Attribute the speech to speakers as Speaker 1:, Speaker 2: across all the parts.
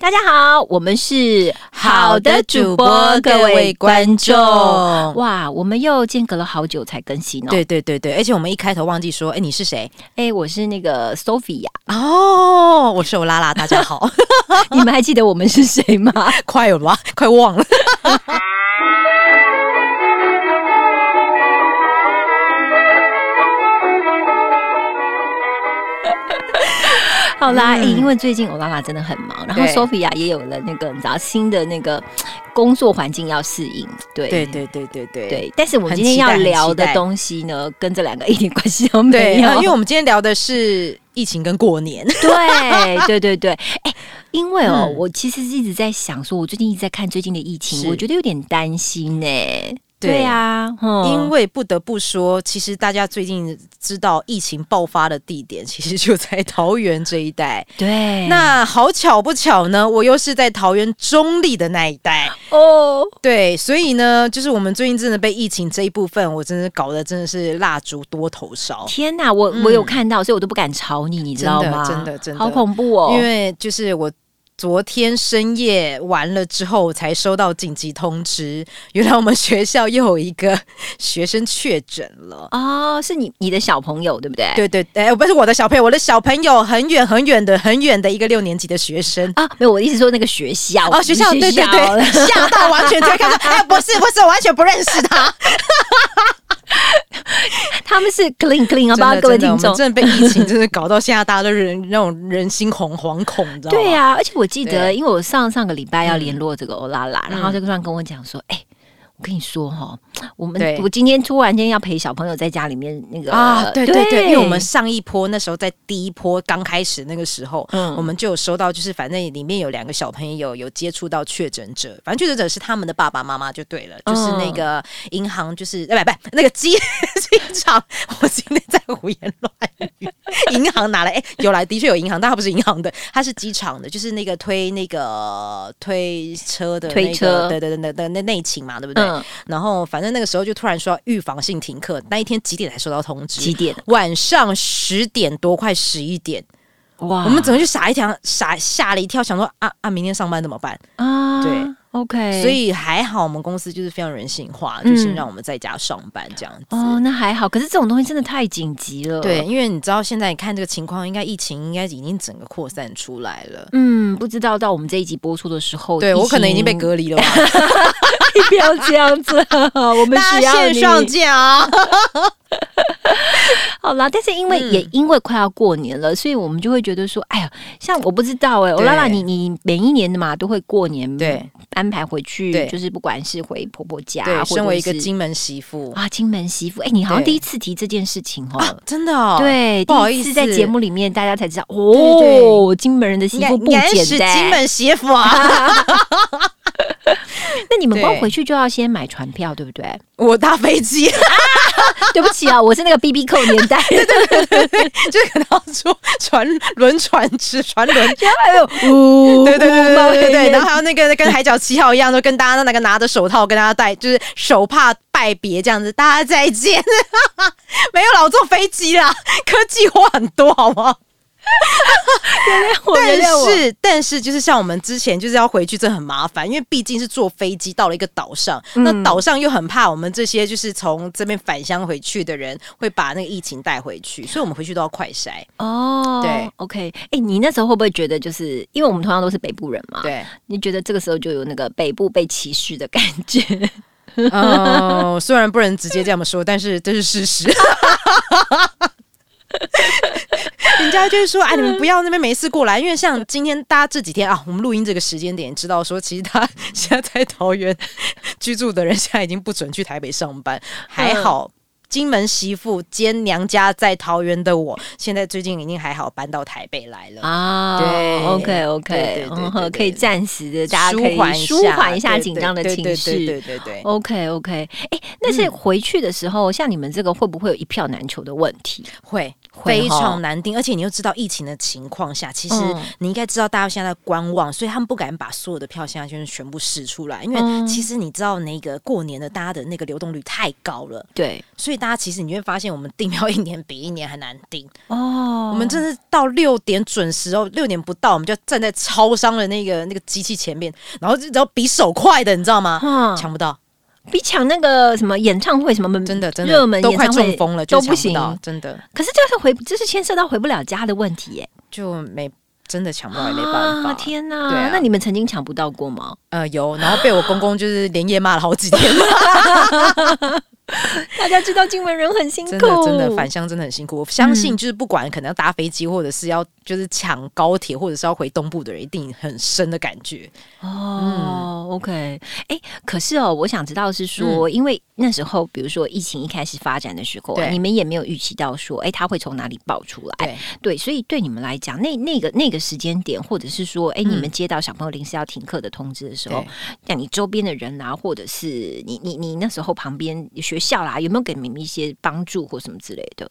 Speaker 1: 大家好，我们是
Speaker 2: 好的主播，各位观众。
Speaker 1: 哇，我们又间隔了好久才更新哦。，
Speaker 2: 对对对对，而且我们一开头忘记说，哎，你是谁？
Speaker 1: 哎，我是那个 Sophia，
Speaker 2: 哦，我是欧拉拉，大 家好，
Speaker 1: 你们还记得我们是谁 吗？
Speaker 2: 快有吧，快忘了。
Speaker 1: 好啦，
Speaker 2: 嗯
Speaker 1: 哎，因为最近欧拉拉真的很忙，然后
Speaker 2: 对
Speaker 1: Sophia 也有了那个你知道新的那个工作环境要适应，对
Speaker 2: 对对对对对
Speaker 1: 对。但是我们
Speaker 2: 很
Speaker 1: 今天
Speaker 2: 期待
Speaker 1: 要
Speaker 2: 很期
Speaker 1: 聊的
Speaker 2: 待
Speaker 1: 东西呢，跟这两个一点关系都没
Speaker 2: 对，
Speaker 1: 有
Speaker 2: 呃，因为我们今天聊的是疫情跟过年。
Speaker 1: 对对对对，哎、因为哦，
Speaker 2: 嗯
Speaker 1: 我其实一直在想说，我最近一直在看最近的疫情，
Speaker 2: 是
Speaker 1: 我觉得有点担心呢、
Speaker 2: 对
Speaker 1: 对啊，嗯
Speaker 2: 因为不得不说，其实大家最近知道疫情爆发的地点， 其实就在桃园这一带。
Speaker 1: 对
Speaker 2: 那好巧不巧呢，我又是在桃园中立的那一带。
Speaker 1: 哦，
Speaker 2: 对，所以呢，就是我们最近真的被疫情这一部分，我真的搞得真的是蜡烛多头烧，
Speaker 1: 天哪，我、我有看到，所以我都不敢吵你，你知道吗？
Speaker 2: 嗯真的真的真的
Speaker 1: 好恐怖哦，
Speaker 2: 因为就是我。昨天深夜完了之后，才收到紧急通知，原来我们学校又有一个学生确诊 了。
Speaker 1: 哦，是你你的小朋友对不对？
Speaker 2: 对对，哎、不是我的小朋友，我的小朋友很远很远的很远的一个六年级的学生。
Speaker 1: 啊，没有，我的意思说那个学校
Speaker 2: 哦，学校对对对，吓到完全才看到，哎，不是不是，我完全不认识 他。
Speaker 1: 他们是 clean clean 啊，
Speaker 2: 真
Speaker 1: 帮
Speaker 2: 的
Speaker 1: 各位
Speaker 2: 真
Speaker 1: 听
Speaker 2: 的我
Speaker 1: 众
Speaker 2: 们。真的被疫 情真的搞到现在，大家都人那种人心惶惶恐，你知道吗？
Speaker 1: 对呀、而且我记得，
Speaker 2: 对
Speaker 1: 因为我上上个礼拜要联络这个欧拉拉，
Speaker 2: 嗯
Speaker 1: 然后他就突然跟我讲说，哎、我跟你说哈，我们
Speaker 2: 对
Speaker 1: 我今天突然间要陪小朋友在家里面那个
Speaker 2: 啊，对对对，因为我们上一波那时候在第一波刚开始那个时候，
Speaker 1: 嗯
Speaker 2: 我们就有收到，就是反正里面有两个小朋友有接触到确诊者，反正确诊者是他们的爸爸妈妈就对了，
Speaker 1: 嗯
Speaker 2: 就是那个银行，就是哎不不，那个机机场，我今天在胡言乱语，银行拿来哎有来的确有银行，但它不是银行的，它是机场的，就是那个推那个推车的、那个、
Speaker 1: 推车
Speaker 2: 对对对对对那内勤嘛，对不对？
Speaker 1: 嗯
Speaker 2: 然后反正那个时候就突然说要预防性停课，那一天几点才收到通知？
Speaker 1: 几点
Speaker 2: 晚上十点多，快十一点，
Speaker 1: 哇
Speaker 2: 我们整个就傻一条，傻吓了一跳，想说啊啊，明天上班怎么办？
Speaker 1: 啊
Speaker 2: 对
Speaker 1: OK，
Speaker 2: 所以还好，我们公司就是非常人性化，
Speaker 1: 嗯
Speaker 2: 就是让我们在家上班这样子。
Speaker 1: 哦那还好，可是这种东西真的太紧急了，
Speaker 2: 对，。因为你知道现在你看这个情况，应该疫情应该已经整个扩散出来了。
Speaker 1: 嗯，不知道到我们这一集播出的时候，
Speaker 2: 对我可能已经被
Speaker 1: 隔，
Speaker 2: 隔离了吧？
Speaker 1: 你不要这样子， 我们
Speaker 2: 大
Speaker 1: 需
Speaker 2: 家
Speaker 1: 要
Speaker 2: 线上
Speaker 1: 你
Speaker 2: 见啊！
Speaker 1: 好啦，但是因为、
Speaker 2: 嗯
Speaker 1: 也因为快要过年了，所以我们就会觉得说，哎呀，像我不知道哎、欸，欧
Speaker 2: 对
Speaker 1: 拉拉，你你每一年的嘛都会过年
Speaker 2: 对
Speaker 1: 安排回去，
Speaker 2: 对
Speaker 1: 就是不管是回婆婆家，
Speaker 2: 对，
Speaker 1: 或者
Speaker 2: 身为一个
Speaker 1: 是
Speaker 2: 金门媳 妇
Speaker 1: 啊金门媳妇，哎、你好像
Speaker 2: 对
Speaker 1: 第一次提这件事情哦。
Speaker 2: 啊，真的哦，
Speaker 1: 对，
Speaker 2: 不好
Speaker 1: 第一
Speaker 2: 意
Speaker 1: 次
Speaker 2: 思
Speaker 1: 在节目里面大家才知道
Speaker 2: 对
Speaker 1: 哦，金门人的媳
Speaker 2: 应该，
Speaker 1: 妇不
Speaker 2: 应该是
Speaker 1: 简
Speaker 2: 金
Speaker 1: 单。
Speaker 2: 门媳妇啊。
Speaker 1: 那你们光
Speaker 2: 对
Speaker 1: 回去就要先买船票，对不对？
Speaker 2: 我搭飞机，
Speaker 1: 对不起啊，我是那个 B B 扣年代，
Speaker 2: 就是可能要坐船轮船只船轮，
Speaker 1: 哎呦，呜
Speaker 2: 对对对对对对对，
Speaker 1: 然
Speaker 2: 然后还有那个跟海角七号一样，都跟大家那个拿着手套跟大家戴，就是手帕拜别这样子，大家再见。 没有啦，我坐飞机啦，科技化很多，好不好？
Speaker 1: 后 我原
Speaker 2: 但
Speaker 1: 谅我
Speaker 2: 是但是就是像我们之前就是要回去，真的很麻烦，因为毕竟是坐飞机到了一个岛上，
Speaker 1: 嗯
Speaker 2: 那岛上又很怕我们这些就是从这边返乡回去的人会把那个疫情带回去，所以我们回去都要快筛。
Speaker 1: 哦，
Speaker 2: 对
Speaker 1: ，OK，哎、你那时候会不会觉得，就是因为我们同样都是北部人嘛，，
Speaker 2: 对。
Speaker 1: 你觉得这个时候就有那个北部被歧视的感 觉？
Speaker 2: 哦，虽然不能直接这么说，但是这是事实。 人家就是说，哎，你们不要那边没事过来，因为像今天大家这几天啊，我们录音这个时间点，知道说，其实他现在在桃园 居住的人，现在已经不准去台北上班，还
Speaker 1: 嗯
Speaker 2: 好。金门媳妇兼娘家在桃园的我，现在最近已经还好搬到台北来了。
Speaker 1: 啊，
Speaker 2: 对
Speaker 1: ，OK
Speaker 2: 对
Speaker 1: OK，
Speaker 2: 对对
Speaker 1: 嗯
Speaker 2: 对
Speaker 1: 哼，
Speaker 2: 对
Speaker 1: 可以暂时的，大家可以舒缓一下紧张的情
Speaker 2: 对对嗯
Speaker 1: 绪。
Speaker 2: 对对对
Speaker 1: OK OK，哎、那是回去的时候，像你们这个会不会有一票难求的问题？
Speaker 2: 会
Speaker 1: 会
Speaker 2: 非
Speaker 1: 吼
Speaker 2: 常难定，而且你又知道疫情的情况下，其实
Speaker 1: 嗯
Speaker 2: 你应该知道大家现在在观望，所以他们不敢把所有的票现在就是全部试出来，因
Speaker 1: 嗯
Speaker 2: 为其实你知道那个过年的大家的那个流动率太高了，
Speaker 1: 对
Speaker 2: 所以大家其实你会发现我们订票一年比一年还难订，
Speaker 1: 哦，
Speaker 2: 我们真是到六点准时哦，六点不到我们就站在超商的那个那个机器前面，然后就只要比手快的，你知道吗？
Speaker 1: 嗯
Speaker 2: 抢不到，
Speaker 1: 比抢那个什么演唱会什么门
Speaker 2: 真的真的
Speaker 1: 热门
Speaker 2: 都
Speaker 1: 演
Speaker 2: 快
Speaker 1: 唱会
Speaker 2: 中风了，就
Speaker 1: 都
Speaker 2: 抢
Speaker 1: 不行。
Speaker 2: 到，真的
Speaker 1: 可是这是回，这是牵涉到回不了家的问题耶。
Speaker 2: 就没真的抢不到也没办法。
Speaker 1: 啊天哪、
Speaker 2: 对啊
Speaker 1: 那你们曾经抢不到过吗？
Speaker 2: 呃，有，然后被我公公就是连夜骂了好几 天，
Speaker 1: 大家知道金门人很辛苦，
Speaker 2: 真的真的返乡真的很辛苦。我相
Speaker 1: 嗯
Speaker 2: 信就是不管可能要搭飞机，或者是要就是抢高铁，或者是要回东部的人，一定很深的感觉。
Speaker 1: 哦、o k 哎、可是哦，我想知道是说，因为那时候比如说疫情一开始发展的时候啊，
Speaker 2: 对
Speaker 1: 你们也没有预期到说，哎、它会从哪里爆出来？
Speaker 2: 对，
Speaker 1: 对，所以对你们来讲，那那个那个时间点，或者是说，哎、你们
Speaker 2: 嗯
Speaker 1: 接到小朋友临时要停课的通知的时候
Speaker 2: 对，
Speaker 1: 那你周边的人啊，或者是你你你那时候旁边学校啦，有没有给你们一些帮助或什么之类的？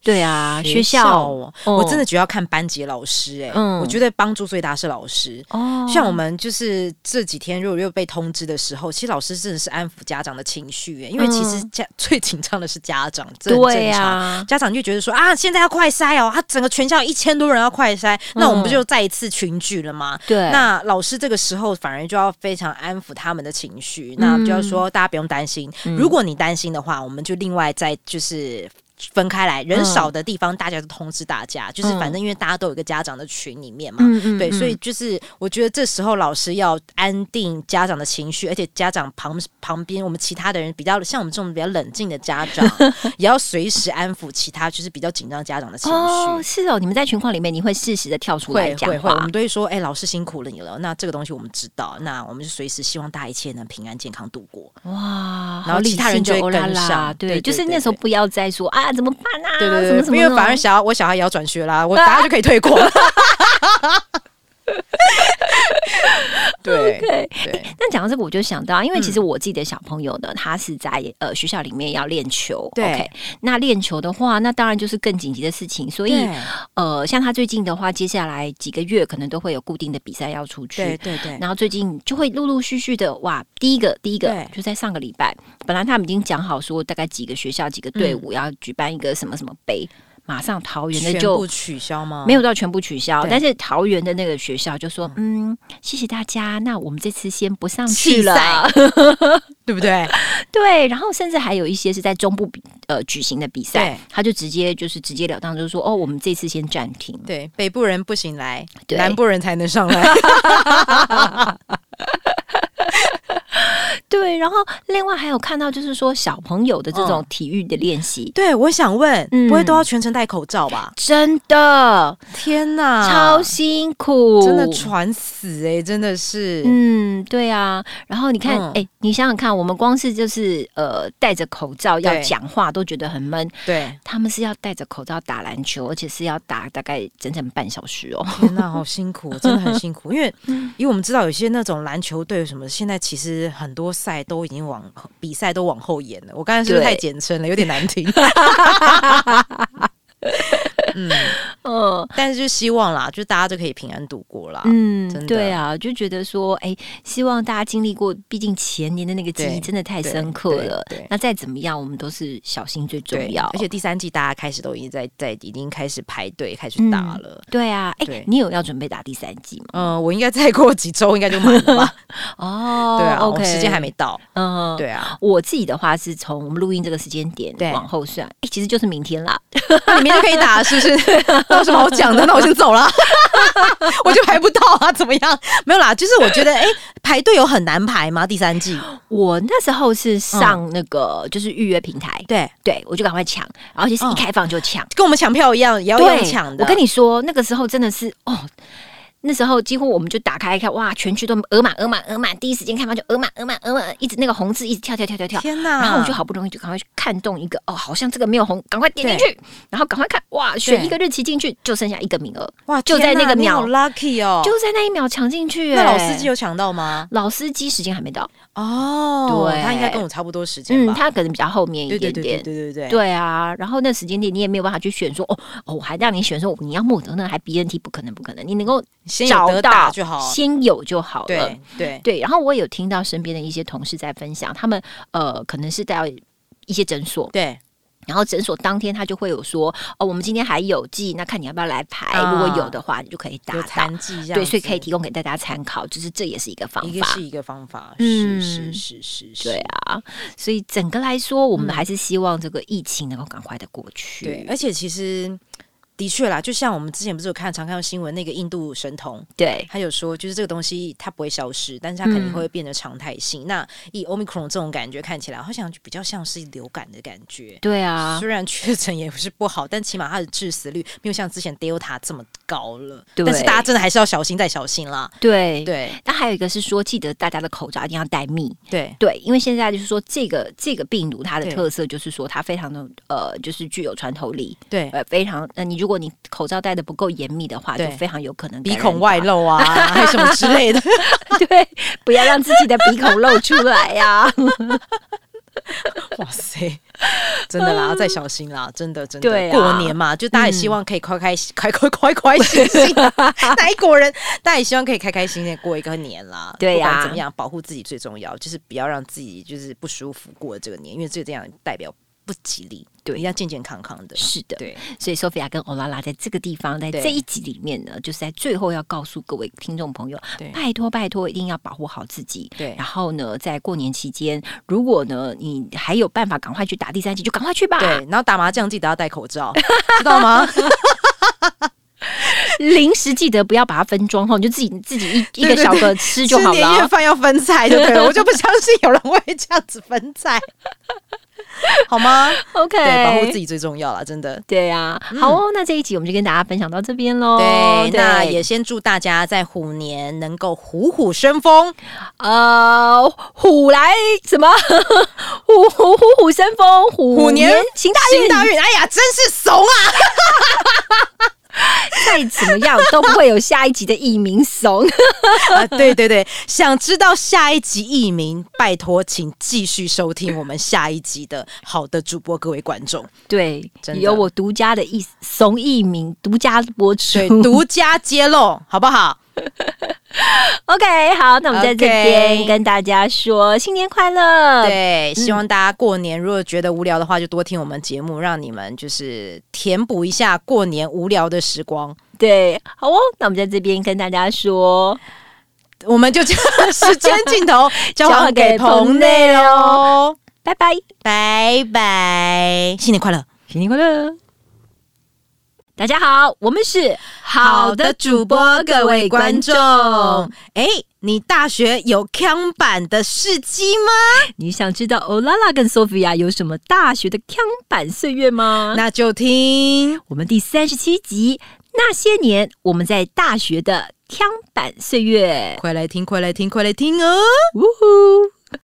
Speaker 1: 对啊，学校
Speaker 2: 哦，
Speaker 1: 嗯
Speaker 2: 我真的觉得要看班级老师哎、
Speaker 1: 嗯
Speaker 2: 我觉得帮助最大是老师。
Speaker 1: 哦
Speaker 2: 像我们就是这几天，如果又被通知的时候，其实老师真的是安抚家长的情绪、哎因为其实家、 最紧张的是家长，这很
Speaker 1: 嗯对
Speaker 2: 正常。
Speaker 1: 啊，
Speaker 2: 家长就觉得说啊，现在要快筛哦，他整个全校一千多人要快筛，那我们不
Speaker 1: 嗯
Speaker 2: 就再一次群聚了吗？
Speaker 1: 对，啊
Speaker 2: 那老师这个时候反而就要非常安抚他们的情绪，那就
Speaker 1: 嗯
Speaker 2: 要说大家不用担心，如果你担心的话，我们就另外再就是。分开来，人少的地方大家都通知大家，就是反正因为大家都有一个家长的群里面嘛，
Speaker 1: 嗯嗯
Speaker 2: 对，
Speaker 1: 嗯
Speaker 2: 所以就是我觉得这时候老师要安定家长的情绪，而且家长旁旁边我们其他的人比较像我们这种比较冷静的家长， 也要随时安抚其他就是比较紧张家长的情绪。
Speaker 1: 哦，是哦，你们在群况里面，你会适时的跳出来
Speaker 2: 会
Speaker 1: 讲
Speaker 2: 会会，我
Speaker 1: 话
Speaker 2: 们。都会说，哎、老师辛苦了你了。那这个东西我们知道，那我们就随时希望大家一切能平安健康度过。
Speaker 1: 哇，
Speaker 2: 然后其他人就会
Speaker 1: 欧啦
Speaker 2: 跟
Speaker 1: 啦，
Speaker 2: 上
Speaker 1: 对，
Speaker 2: 对
Speaker 1: 就是
Speaker 2: 对对
Speaker 1: 那时候
Speaker 2: 对
Speaker 1: 不要再说啊，怎么办啊？什
Speaker 2: 对对
Speaker 1: 么什
Speaker 2: 对，
Speaker 1: 么
Speaker 2: 因为反而
Speaker 1: 呢
Speaker 2: 小孩我小孩也要转学啦，我大家就可以退 过了。对
Speaker 1: 对。
Speaker 2: 对，
Speaker 1: 但讲到这个，我就想到，因为其
Speaker 2: 嗯
Speaker 1: 实我自己的小朋友呢，他是在呃学校里面要练球。
Speaker 2: 对
Speaker 1: OK，那练球的话，那当然就是更紧急的事情。所以
Speaker 2: 对
Speaker 1: 呃，像他最近的话，接下来几个月可能都会有固定的比赛要出去。
Speaker 2: 对对对，
Speaker 1: 然后最近就会陆陆续续的哇，第一个第一个
Speaker 2: 对
Speaker 1: 就在上个礼拜，本来他们已经讲好说大概几个学校几个队
Speaker 2: 嗯
Speaker 1: 伍要举办一个什么什么杯，马上桃园的
Speaker 2: 全
Speaker 1: 就
Speaker 2: 部取消吗？
Speaker 1: 没
Speaker 2: 有，
Speaker 1: 有到全部取消，
Speaker 2: 对
Speaker 1: 但是桃园的那个学校就说，嗯，谢谢大家，那我们这次先不上去了。
Speaker 2: 对不对？
Speaker 1: 对，然后甚至还有一些是在中部比呃举行的比赛
Speaker 2: 对，
Speaker 1: 他就直接就是直截了当就说，哦，我们这次先暂停。
Speaker 2: 对，北部人不行来，
Speaker 1: 对
Speaker 2: 南部人才能上来。
Speaker 1: 对，然后另外还有看到就是说小朋友的这种
Speaker 2: 嗯
Speaker 1: 体育的练习，
Speaker 2: 对，我想问，
Speaker 1: 嗯
Speaker 2: 不会都要全程戴口罩吧？
Speaker 1: 真的
Speaker 2: 天哪，
Speaker 1: 超辛苦，
Speaker 2: 真的喘死哎、真的是。
Speaker 1: 嗯，对啊，然后你看，哎、
Speaker 2: 嗯
Speaker 1: 你想想看，我们光是就是呃戴着口罩要
Speaker 2: 对
Speaker 1: 讲话都觉得很闷，
Speaker 2: 对，
Speaker 1: 他们是要戴着口罩打篮球，而且是要打大概整整半小时哦。
Speaker 2: 天哪，好辛苦，真的 很辛苦。因为，
Speaker 1: 嗯
Speaker 2: 因为我们知道有些那种篮球队什么，现在其实很多赛都已经往比赛都往后延了。我刚才是不是
Speaker 1: 对
Speaker 2: 太简称了，有点难听。 嗯，
Speaker 1: 嗯
Speaker 2: 但是就希望啦，就大家都可以平安度过啦。真
Speaker 1: 嗯，
Speaker 2: 的
Speaker 1: 对啊，就觉得说，哎、希望大家经历过，毕竟前年的那个记忆
Speaker 2: 对
Speaker 1: 真的太
Speaker 2: 对
Speaker 1: 深刻
Speaker 2: 对
Speaker 1: 了
Speaker 2: 对。
Speaker 1: 那再怎么样，我们都是小心最重
Speaker 2: 对
Speaker 1: 要。，
Speaker 2: 而且第三季大家开始都已经在在已经开始排队开始打
Speaker 1: 嗯
Speaker 2: 了。
Speaker 1: 对啊，哎、
Speaker 2: 对
Speaker 1: 你有要准备打第三季吗？
Speaker 2: 嗯，我应该再过几周应该就满了吧？
Speaker 1: 哦
Speaker 2: 对啊，我
Speaker 1: ，OK，
Speaker 2: 时间还没，到。
Speaker 1: 嗯，
Speaker 2: 对啊，
Speaker 1: 我自己的话是从我们录音这个时间点
Speaker 2: 对
Speaker 1: 往后算，哎、其实就是明天啦。
Speaker 2: 那里面就可以 打，是不是？那有什么好讲的？那我先走 了，我就排不到啊，怎么样？没有啦，就是我觉得，哎、排队有很难排吗？第三季，
Speaker 1: 我那时候是
Speaker 2: 嗯
Speaker 1: 上那个就是预约平台，
Speaker 2: 对，
Speaker 1: 对我就赶快抢，而且是一
Speaker 2: 嗯
Speaker 1: 开放就抢。
Speaker 2: 跟我们抢票一样，也要
Speaker 1: 对，
Speaker 2: 用抢的。
Speaker 1: 我跟你说，那个时候真的是哦。那时候几乎我们就打开一看，哇，全区都额满额满额满，第一时间看到就额满额满额满，一直那个红字一直跳跳跳跳跳。
Speaker 2: 天哪！
Speaker 1: 然后我就好不容易就赶快去看中一个，哦，好像这个没有红，赶快点进去，然后赶快看，哇，选一个日期进去，就剩下一个名额，
Speaker 2: 哇，
Speaker 1: 就在
Speaker 2: 天
Speaker 1: 那
Speaker 2: 哪
Speaker 1: 个
Speaker 2: 你
Speaker 1: 秒
Speaker 2: 好 lucky 哦，
Speaker 1: 就在那一秒抢进去、
Speaker 2: 那老
Speaker 1: 哎
Speaker 2: 司机有抢到吗？
Speaker 1: 老司机时间还没到，
Speaker 2: 哦，
Speaker 1: 对
Speaker 2: 他应该跟我差不多时间
Speaker 1: 嗯，
Speaker 2: 吧？
Speaker 1: 他可能比较后面一
Speaker 2: 对
Speaker 1: 点
Speaker 2: 对
Speaker 1: 点。
Speaker 2: 对对对对对。
Speaker 1: 对啊，然后那时间点你也没有办法去选说哦哦，我还让你选说你要莫德纳还 BNT 不可能不可能，你能够
Speaker 2: 先有
Speaker 1: 找
Speaker 2: 得打
Speaker 1: 到
Speaker 2: 就好，
Speaker 1: 先有就好了
Speaker 2: 对。对，
Speaker 1: 对，然后我有听到身边的一些同事在分享，他们呃可能是到一些诊所，
Speaker 2: 对，
Speaker 1: 然后诊所当天他就会有说哦，我们今天还有季，那看你要不要来排，
Speaker 2: 啊
Speaker 1: 如果有的话你就可以打
Speaker 2: 有
Speaker 1: 到。
Speaker 2: 残疾这样子，
Speaker 1: 对，所以可以提供给大家参考，就是这也是一个方
Speaker 2: 一个
Speaker 1: 法
Speaker 2: 是。一个方法，
Speaker 1: 嗯
Speaker 2: 是是是是是，
Speaker 1: 对啊，所以整个来说，我们还是希望这个疫情能够赶快的过去。
Speaker 2: 对，而且其实。的确啦，就像我们之前不是有看常看到新闻，那个印度神童，
Speaker 1: 对，
Speaker 2: 他有说，就是这个东西它不会消失，但是它肯定
Speaker 1: 嗯
Speaker 2: 会变得常态性。那以 Omicron 这种感觉看起来，好像就比较像是流感的感觉。
Speaker 1: 对啊，
Speaker 2: 虽然确诊也不是不好，但起码它的致死率没有像之前 Delta 这么高了。
Speaker 1: 对
Speaker 2: 但是大家真的还是要小心再小心啦。
Speaker 1: 对。
Speaker 2: 对
Speaker 1: 但还有一个是说，记得大家的口罩一定要戴密。
Speaker 2: 对
Speaker 1: 对，因为现在就是说，这个这个病毒它的
Speaker 2: 对
Speaker 1: 特色就是说，它非常的呃，就是具有穿透力，
Speaker 2: 对，
Speaker 1: 呃，非常呃，你如果你口罩戴的不够严密的话，就
Speaker 2: 对
Speaker 1: 非常有可能
Speaker 2: 鼻
Speaker 1: 感染
Speaker 2: 孔外
Speaker 1: 到。
Speaker 2: 露 啊，还有什么之类的。
Speaker 1: 对，不要让自己的鼻孔露出来啊呀、
Speaker 2: 哇塞，真的啦，再小心啦，真的真
Speaker 1: 嗯
Speaker 2: 的。
Speaker 1: 对啊嗯
Speaker 2: 过年嘛，就大家也希望可以快开心，开开快快心 心，哪一国人，大家也希望可以开开心心地过一个年啦。
Speaker 1: 对啊呀
Speaker 2: 不管怎么样，保护自己最重要，就是不要让自己就是不舒服过这个年，因为这这样代表不吉利。
Speaker 1: 对
Speaker 2: 一定要健健康康的。
Speaker 1: 是的，
Speaker 2: 对，
Speaker 1: 所以 Sophia 跟欧拉拉在这个地方，在
Speaker 2: 对
Speaker 1: 这一集里面呢，就是在最后要告诉各位听众朋友
Speaker 2: 对，
Speaker 1: 拜托拜托，一定要保护好自己。
Speaker 2: 对
Speaker 1: 然后呢，在过年期间，如果呢你还有办法赶快去打第三剂，就赶快去吧。
Speaker 2: 对，然后打麻将记得要戴口罩，知道吗？
Speaker 1: 零食记得不要把它分装哦，你就自己自己一一
Speaker 2: 对
Speaker 1: 个
Speaker 2: 对
Speaker 1: 小个吃就好
Speaker 2: 吃年夜
Speaker 1: 了。
Speaker 2: 饭要分菜，对不 对？我就不相信有人会这样子分菜，好吗？
Speaker 1: OK，
Speaker 2: 对，保护自。己最重要啦，真的。
Speaker 1: 对啊，好哦，那这一集我们就跟大家分享到这边喽。
Speaker 2: 哦对，那也先祝大家在虎年能够虎虎生风，
Speaker 1: 呃，虎来什么？ 虎虎虎虎生风，
Speaker 2: 虎
Speaker 1: 虎
Speaker 2: 年
Speaker 1: 行大
Speaker 2: 行
Speaker 1: 运。
Speaker 2: 大运。哎呀，真是怂啊！
Speaker 1: 再怎么样都不会有下一集的艺名 怂。
Speaker 2: 啊对对对，想知道下一集艺名，拜托请继续收听我们下一集的好的主播各位观 众，
Speaker 1: 对
Speaker 2: 真，的
Speaker 1: 有我独家的艺怂艺名，独家播出
Speaker 2: 对。，独家揭露，好不好？
Speaker 1: OK，好，那我们在这
Speaker 2: OK
Speaker 1: 边跟大家说新年快乐。
Speaker 2: 对，希望大家过年如果觉得无聊的话，就多听我们节目，让你们就是填补一下过年无聊的时光。
Speaker 1: 对，好哦，那我们在这边跟大家说，
Speaker 2: 我们就将时间镜头 交
Speaker 1: 交还
Speaker 2: 还给
Speaker 1: 给
Speaker 2: 棚
Speaker 1: 棚
Speaker 2: 内哦
Speaker 1: 内
Speaker 2: 喽。
Speaker 1: 拜拜，
Speaker 2: 拜拜，新年快乐！
Speaker 1: 新年快乐！大家好，我们是
Speaker 2: 好的，主播各位观众，哎，你大学有康版的事迹吗？
Speaker 1: 你想知道欧拉拉跟 Sophia 有什么大学的康版岁月吗？
Speaker 2: 那就听
Speaker 1: 我们第三十七集那些年我们在大学的康版岁月，
Speaker 2: 快来听，快来听，快来听哦！
Speaker 1: 呜呼！